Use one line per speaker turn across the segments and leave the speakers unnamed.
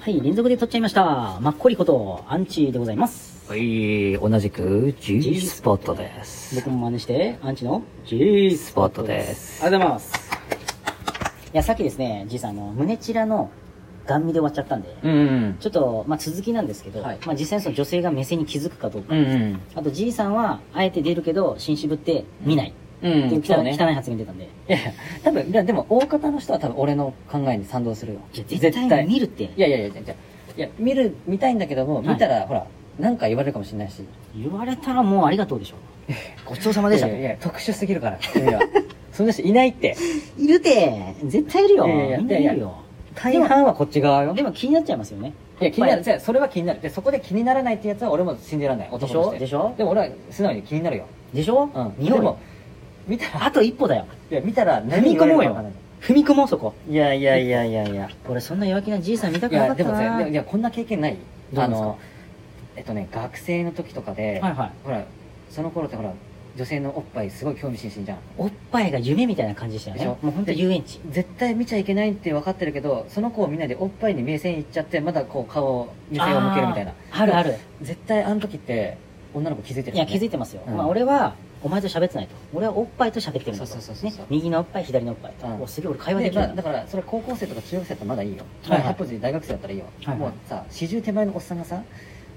はい、連続で撮っちゃいました。マッコリこと、アンチでございます。
はい、同じく G スポットです。
僕も真似して、アンチの G ス
ポットです。
ありがとうございます。いや、さっきですね、じいさん、あの、胸チラの、ガン見で終わっちゃったんで、
うんうん。
ちょっと、まあ、続きなんですけど、
はい
まあ、実際にその女性が目線に気づくかどうか。
うんうん。
あと、じいさんは、あえて出るけど、紳士ぶって見ない。
う
って
ん。
いううん汚
そう
い
ね。
汚い発言出たんで、
いや、多分、でも大方の人は多分俺の考えに賛同するよ。
いや絶対見るって
いやいやいや、じゃあじゃあいや、見る、見たいんだけども、
はい
見たら、ほら、なんか言われるかもしれないし。
言われたらもうありがとうでしょ。ごちそうさまでした
いやい
ね。
や、特殊すぎるから、君は。 そんな人いないって。
いるて絶対いるよ。
いやいや
みんない
や
る
い
よ。
大半はこっち側よ。
でも気になっちゃいますよね。
いや、気になる。じゃあそれは気になる。で、そこで気にならないってやつは俺も信じられない。
で
男
し
とし
ょ
て。
でしょ
でも俺は素直に気になるよ。
でしょ
うん。
匂
で
い
も、見たら、
あと一歩だよ。
いや、見たら
踏み
何
込
言
も
わ
う
れるかわかん
よ
ない。
踏み込もうそこ。
いやいやいやいやいや。
俺そんな弱気なじいさん見た
い
くなか
や、
った
でも
な
さ、いや、こんな経験ない
どう
あ
ですか
の、えっとね、学生の時とかで、
はいはい。
ほら、その頃ってほら、女性のおっぱいすごい興味津々じゃん。
おっぱいが夢みたいな感じでしたよね。
でし
も
ょ
うほんと遊園地。
絶対見ちゃいけないって分かってるけど、その子をみんなでおっぱいに目線いっちゃって、まだこう顔を、目線を向けるみたいな。
あーあるある。
絶対あの時って、女の子気づいてる
いや、気づい
て
てますよ。
うん
まあ俺は、お前と喋ってないと。俺はおっぱいと喋ってるんだと。
そうそうそうそう
ね右のおっぱい、左のおっぱいと。
うん
おすげえ俺会話
で
できる
まあ、
な
だからそれ高校生とか中学生だったらまだいいよ
はいはい
まあ八歩で大学生だったらいいよ、
はいはい
もうさ四十手前のおっさんがさ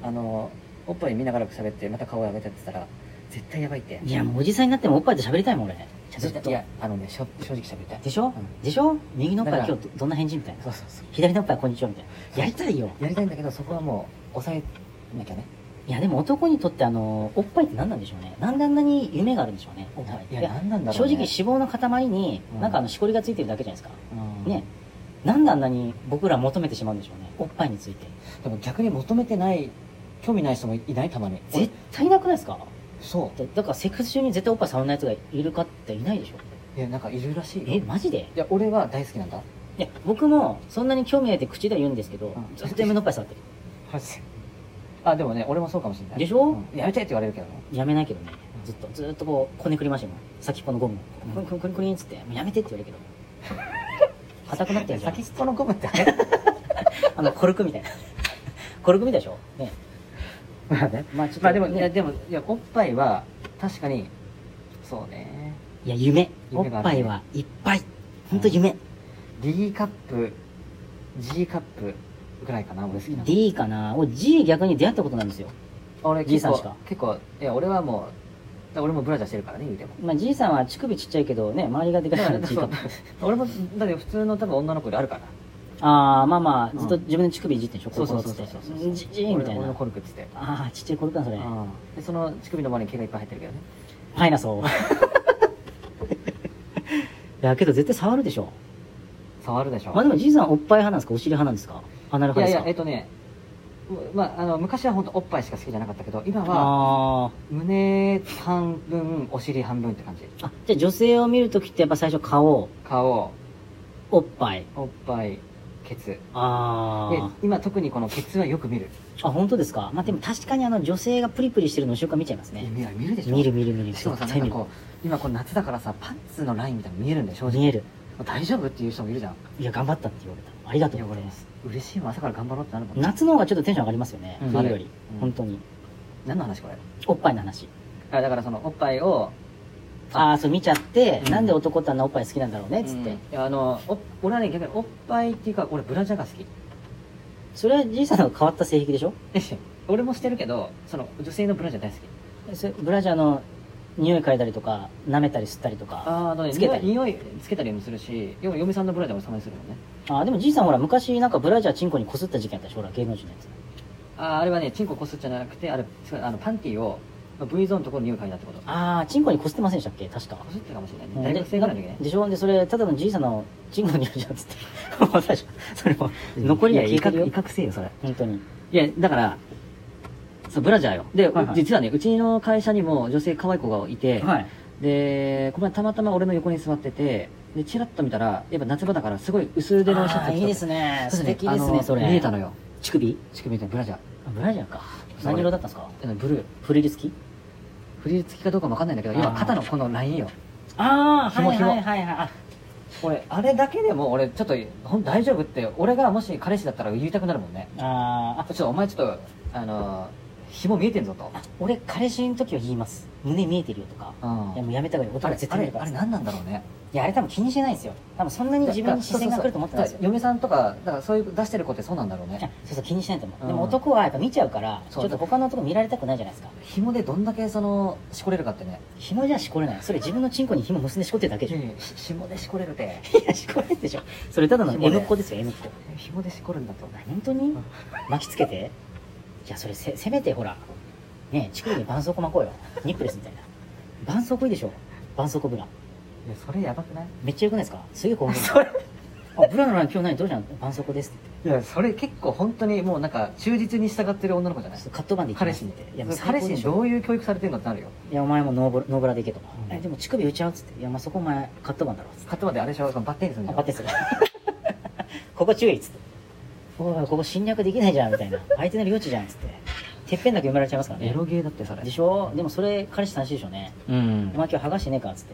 あのおっぱい見ながら喋ってまた顔を上げてってたら絶対やばいって
いや、もうおじさんになってもおっぱいと喋りたいもん俺。ず
ず
っ
っ
と
とい。やあのねしょ正直喋りたい
でしょ、
ん
でしょ右のおっぱい
だか
今
ら
日どんな返事みたいな。
そうそうそ
左のおっぱいこんにちはみたいな。やりたいよ。
うやりたいんだけどそこはもう抑えなきゃね
いや、でも男にとってあの、おっぱいって何なんでしょうね。なんであんなに夢があるんでしょうね。
おっぱいい
い
や
や
何なんだ
正
ろう、
直
ね、
脂肪の塊に、
うん
なんかあの、しこりがついてるだけじゃないですか。
うん
ね。なんであんなに僕ら求めてしまうんでしょうね。おっぱいについて。
でも逆に求めてない興味ない人もいないたまに
絶対いなくないですか
そ
だだからセックス中に絶対おっぱい触らないやつがいるかっていないでしょ
ういやなんかいるらしい
え、
よ
マジで
いや俺は大好きなんだ
いや、僕もそんなに興味ないって口では言うんですけど、
ん
ずっと夢のおっぱい触ってる。
あでもね俺もそうかもしれない
でしょ
うんやめてって言われるけどね
やめないけどね。ずっと、ずっとこう、こねくりましてもん。先っぽのゴム
うん。
クリンクリンクリンクリンっつって、もうやめてって言われるけど。硬くなってんじゃん
先。っぽのゴムってあれ
あの、コルクみたいな。 コルクみたいでしょね。
まあね
まあちょっと。
まあでもいや
ね、
でもいやおっぱいは確かにそうね
いや、夢。お
夢
っ
がある
ぱいはいっぱい。ほんと夢。
D カップ G カップぐらいかな俺好きなの
D かな俺 G 逆に出会ったことなんですよ。
俺
G
結
さんしか
構結構いや俺はもうだから俺もブラジャーしてるからね言うても
まあ G さんは乳首ちっちゃいけどね、周りがでかい
だ
か
からら
G
そ
か
う俺もだって普通の多分女の子であるから
ああ、まあまあ、
うん
ずっと自分の乳首いじってんでしょ、
そうそう
こ
そう
こ
そう
っつ
そう
って。じじいみ
俺
たい
俺
な
の。コルクっつって
ああ、ちっちゃいコルクだそれ。
うんでその乳首の周りに毛がいっぱい入ってるけどね
パイナソ ー。いや、けど絶対触るでしょ。
触るでしょ
まあでもじいさんおっぱい派なんですかお尻派なんですかアナル
い
派
や
で
い
す
や
か
えっとねうまああの昔は本当おっぱいしか好きじゃなかったけど今は
あ
胸半分お尻半分って感じ
ーあ。じゃあ女性を見るときってやっぱ最初顔、
顔
おっぱい。
おっぱいケツで
あ
今特にこのケツはよく見る
あ。あ、本当ですかまあでも確かにあの女性がプリプリしてるの後ろから見ちゃいますね。
見る見るでしょ
見る見る見る。
しかも
絶
さな
対
んか
見る。
こう今こう夏だからさパンツのラインみたいなの見えるんだよ正直
見える。
大丈夫っていう人もいるじゃん
いや、頑張ったって言われた。ありがと
いや
うござ
俺
い
も
ます。
嬉しいもん朝から頑張ろうってなるもん
夏の方がちょっとテンション上がりますよね。
うん
冬より。
うん
本当に。
何の話これ
おっぱいの話。
あだからそのおっぱいを
ああ、そう見ちゃって、
うん
なんで男ってあんなおっぱい好きなんだろうね、つ
つ
っ。
ってて、いやあのお俺はね逆におっぱいっていうか俺ブラジャーが好き
それはじいさんの変わった性癖でしょ
え俺もしてるけどその女性のブラジャー大好き
それブラジャーの匂い嗅いだりとか、舐めたり吸ったりとか。
ああだね
つけたり
匂い匂いつけたりもするし要は嫁さんのブラジャーもたまにするもんね
ああ、でもじいさんほら、昔なんかブラジャーチンコにこすった事件あったでしょほら、芸能人のやつ。
あああれはねチンコこすっちゃなくてあれ違うあのパンティーをまあ V ゾーンのところに匂い嗅いだってことこ
ああ、チンコにこすってませんでしたっけ確か。
すってたかもしれないね
で
大学生ぐらいの時ね
でしょで、それ、ただのじいさんのチンコの 匂いじゃんっつって。私それも、残りが
いや
消えてるよ
威。嚇威嚇せえよそれ
本当に。
いやだからそうブラジャーよで、
はいはい
実はねうちの会社にも女性可愛い子がいて、
はい。
でこの前たまたま俺の横に座っててでチラッと見たらやっぱ夏場だからすごい薄
で
腕のシャツ
あー
着て
いいですね。素敵です
あ
ね、
の
それ。
見えたのよ
乳首
乳首みたいなブラジャー
あブラジャーか。何色だったんですか
あのブルー
フリル付き
フリル付きかどうかもわかんないんだけど今
あー
肩のこのラインよ
ああ、
紐紐
はいはい。あ
俺あれだけでも俺ちょっとほん大丈夫って俺がもし彼氏だったら言いたくなるもんね
あ
ちょっとお前ちょっとあの紐見えてんぞ
ー
と
あ俺彼氏の時は言います胸見えてるよとか
うん
いやもうやめた方がいい男
あ
は
れ
絶
あ
対見
れ
るか
あ
ら
れ何なんだろうね
いやあれ多分気にしてないんですよ多分そんなに自分に視線が来ると思ってないんですよ
嫁さんとかだからそういう出してる子ってそうなんだろう
あ
ね
そうそう気にしないと思う、
うん
でも男はやっぱ見ちゃうからち
そう
ょっと他の男見られたくないじゃないですか
紐でどんだけそのしこれるかってね
紐じゃしこれないそれ自分のチンコに紐結んでしこってるだけでしょ、
ひ紐でしこれるて
いやしこれんでしょそれただの
紐で
M っ子ですよ M っ子
紐でしこるんだと
本当に巻きつけていやそれせせめてほらねえ乳首に絆創膏巻こうよニップレスみたいな絆創膏いいでしょ絆創膏ブラ
いやそれやばくない
めっちゃよくないですかすげえ興奮
それ
あブラの欄今日何どうじゃん絆創膏ですって
いやそれ結構本当にもうなんか忠実に従ってる女の子じゃない
ちょっとカットバンでいきま
彼
す
氏
っ
に
てい
いや
やもう
彼
最高
氏
で
に
しょ
どういう教育されてるのってなるよ
いやお前もノーブラノーブラでいけとか、
うん
えでも乳首打ち合うっつっていやまあそこお前カットバンだろっつって
買ってまであれでしょそのバッテンにするん
あ
だ
待ってそれ ここ注意っつっておいここ侵略できないじゃんみたいな相手の領地じゃんっつっててっぺんだけ埋められちゃいますから
エ
ね
ロゲーだってそれ
でしょでもそれ彼氏楽しいでしょうね
うん
お前今日剥がしてねえかっつって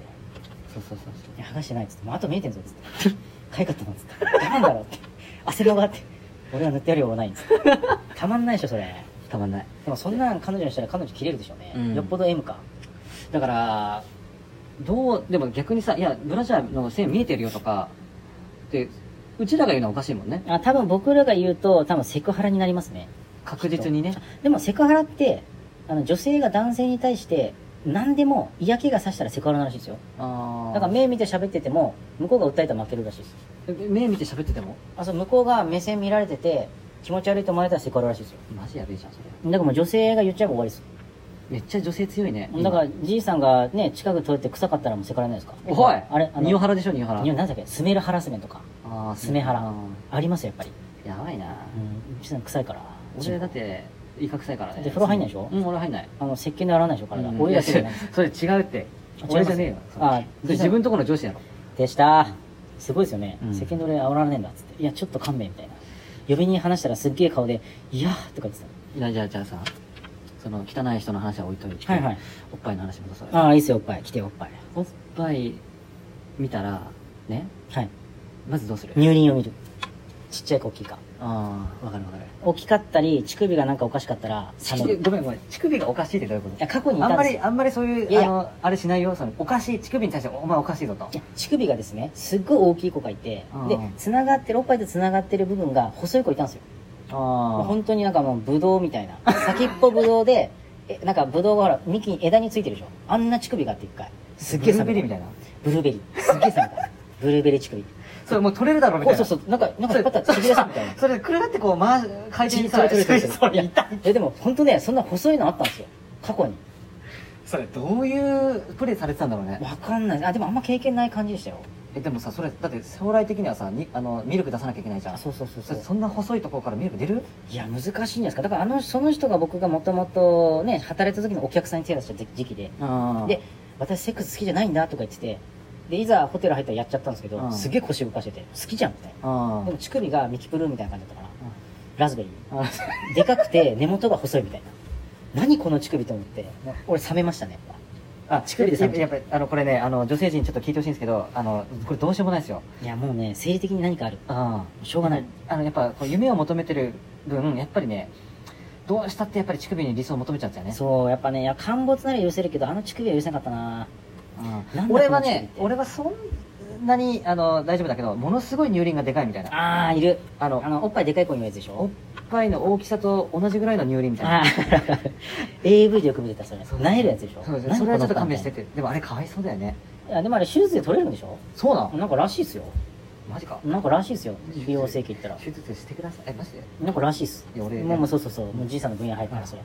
そうそうそう
いや剥がしてないっつってもうあと見えてんぞっつってかゆかったのっつって我慢だろって焦ろうがって俺は塗ってやるよもないっつってたまんないでしょそれ
たまんない
でもそんなん彼女にしたら彼女切れるでしょうね、
うん
よっぽど M か
だからどうでも逆にさ「いやブラジャーの線見えてるよ」とかってうちらが言うのはおかしいもんね
あ多分僕らが言うと多分セクハラになりますね
確実にね
でもセクハラってあの女性が男性に対して何でも嫌気がさしたらセクハラならしいですよ
あ
だか
だからら
目見て喋ってても向こうが訴えたら負けるらしいです
目目見て喋ってても
あそう向こうが目線見られてて気持ち悪いと思われたらセクハラらしいですよ
マジやべえじゃんそれ
だからもう女性が言っちゃえば終わりです
めっちゃ女性強いね
だからじいさんがね近く通って臭かったらもうセクハラになるんですか
おい
あれあの
ニオハラでしょニオハラ
匂いなんだっけスメルハラスメントか
ああ
スメハラ
うん
ありますよやっぱり
やばいな
うんじいさん臭いから
俺だって威嚇臭いからね
で風呂入んないでしょ
うん俺入んない
あの石鹸で洗わないでしょ体、
うん
俺だけじゃ
い
な
や
い
それそれ違うって
あ違います
俺じゃねえよ
あ
それ自分とこの上司やろ
でしたすごいですよね、
うん
世間で俺煽られねえんだっつって「いやちょっと勘弁」みたいな呼びに話したらすっげえ顔で「いやー」とか言って
いやじゃあじゃあさその汚い人の話は置いといて、
はいはい
おっぱいの話もそう
たああいいっすよおっぱい来てよおっぱい
おっぱい見たらね
はい
まずどうする
乳輪を見るちっちゃいか大きいか
ああわかるわかる
大きかったり乳首がなんかおかしかったら
乳
冷め
首
る
ごめんごめん乳首がおかしいってどういうこ
い
と
や過去にい
あん
たん
ま
です
り
よ
あんまりそういう
いやいや
あのあれしないよそのおかしい乳首に対してお前おかしいぞと
いや乳首がですねすっごい大きい子がいて
うん
で繋がってるおっぱいと繋がってる部分が細い子いたんですよもう
あ
本当になんかもうブドウみたいな先っぽブドウでえなんかブドウがほら幹に枝についてるでしょあんな乳首があって一回すっげえ
ブル
冷
ー
め
ベリー
た
みたいな
ブルーベリー。すっげえ冷めた。ブルーベリー乳首。
それもう取れるだろみたい
お、
な
そうそう、なんか、なんか引っ張ったらちぎらしたみたいな。
それくるがってこう回し回転さ
ちぎれ
それ痛い
え、でも、ほんとね、そんな細いのあったんですよ。過去に。
それどういうプレイされてたんだろうね
わかんない。あ、でもあんま経験ない感じでしたよ。
えでもさそれだって将来的にはさにあのミルク出さなきゃいけないじゃ
あ、
ん
そうそうそう
そ
そ
れ
う。
そんな細いところからミルク出る
いや、難しいんじゃないですか。だから、あの、その人が僕がもともとね、働いた時のお客さんに手出した時期で、
あ
で、私セックス好きじゃないんだとか言ってて、で、いざホテル入ったらやっちゃったんですけ
う
ど、
ん
すげえ腰動かしてて、好きじゃんみたい
あ
な。でも乳首がミキプルーンみたいな感じだったから、ラズベリー。
あ
でかくて根元が細いみたいな何この乳首と思って俺冷めましたねやっ
あ
乳首で冷めちゃ
やっ
う
ぱりあのこれねあの女性陣ちょっと聞いてほしいんですけどあのこれどうしようもないですよ
ぱいやもうね生理的に何かある
あ
しょうがない
あのやっぱこう夢を求めてる分やっぱりねどうしたってやっぱり乳首に理想を求めちゃうんですよね
そうやっぱねいや陥没なら許せるけどあの乳首は許せなかったな
うん
なんだ
俺は
この乳首
ね
って
俺はそんなにあの大丈夫だけどものすごい乳輪がでかいみたいな
あーいる
あの
あのおっぱいでかい子に言うやつでし
おっ
ょ
ぱいの大きさと同じぐらいの乳輪みたいな
ああ AV でよく見てたそれ
そう
なえるやつでしょ
そうです
何
それはちょっと
この子
勘
み
弁
た
し
い
てってでもあれかわいそうだよね
ないやでもあれ手術で取れるんでしょ
そうなの
なんからしいっすよ
マジか
なんからしいっすよ美容整形行ったら
手術してくださいえマジで
なんからしいっす
いや俺
もうもうそうそうそうもうじいさんの分野入ったからそれ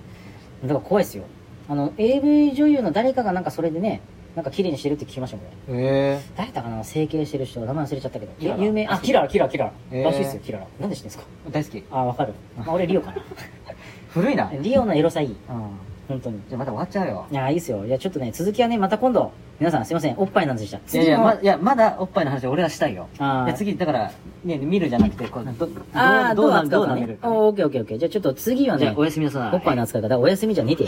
だから怖いっすよあの AV 女優の誰かがなんかそれでねなんか綺麗にしてるって聞きましたもんね
え
誰だかな整形してる人名前忘れちゃったけど
キララ
有名あキララキララキララ、
えー
らしいっすよキララなんで知ってんすか
え大好き
あわかる、まあ、俺リオかな
古いな
リオのエロさいい
うん
本当に
じゃあまた終わっちゃうよ
いやいいっすよいやちょっとね続きはねまた今度皆さんすいませんおっぱいなんでした
いやい
次
や
の
まいやまだおっぱいの話俺はしたいよ
あー
いや次だから、ね、見るじゃなくてこうどど
ああどう
な
扱
ど
う
う
か
なめ
ね
るか
あオッケーオッケーオッケーじゃあちょっと次は
じゃ
ね
あおやすみなさい
おっぱいの扱い方お休みじゃねえて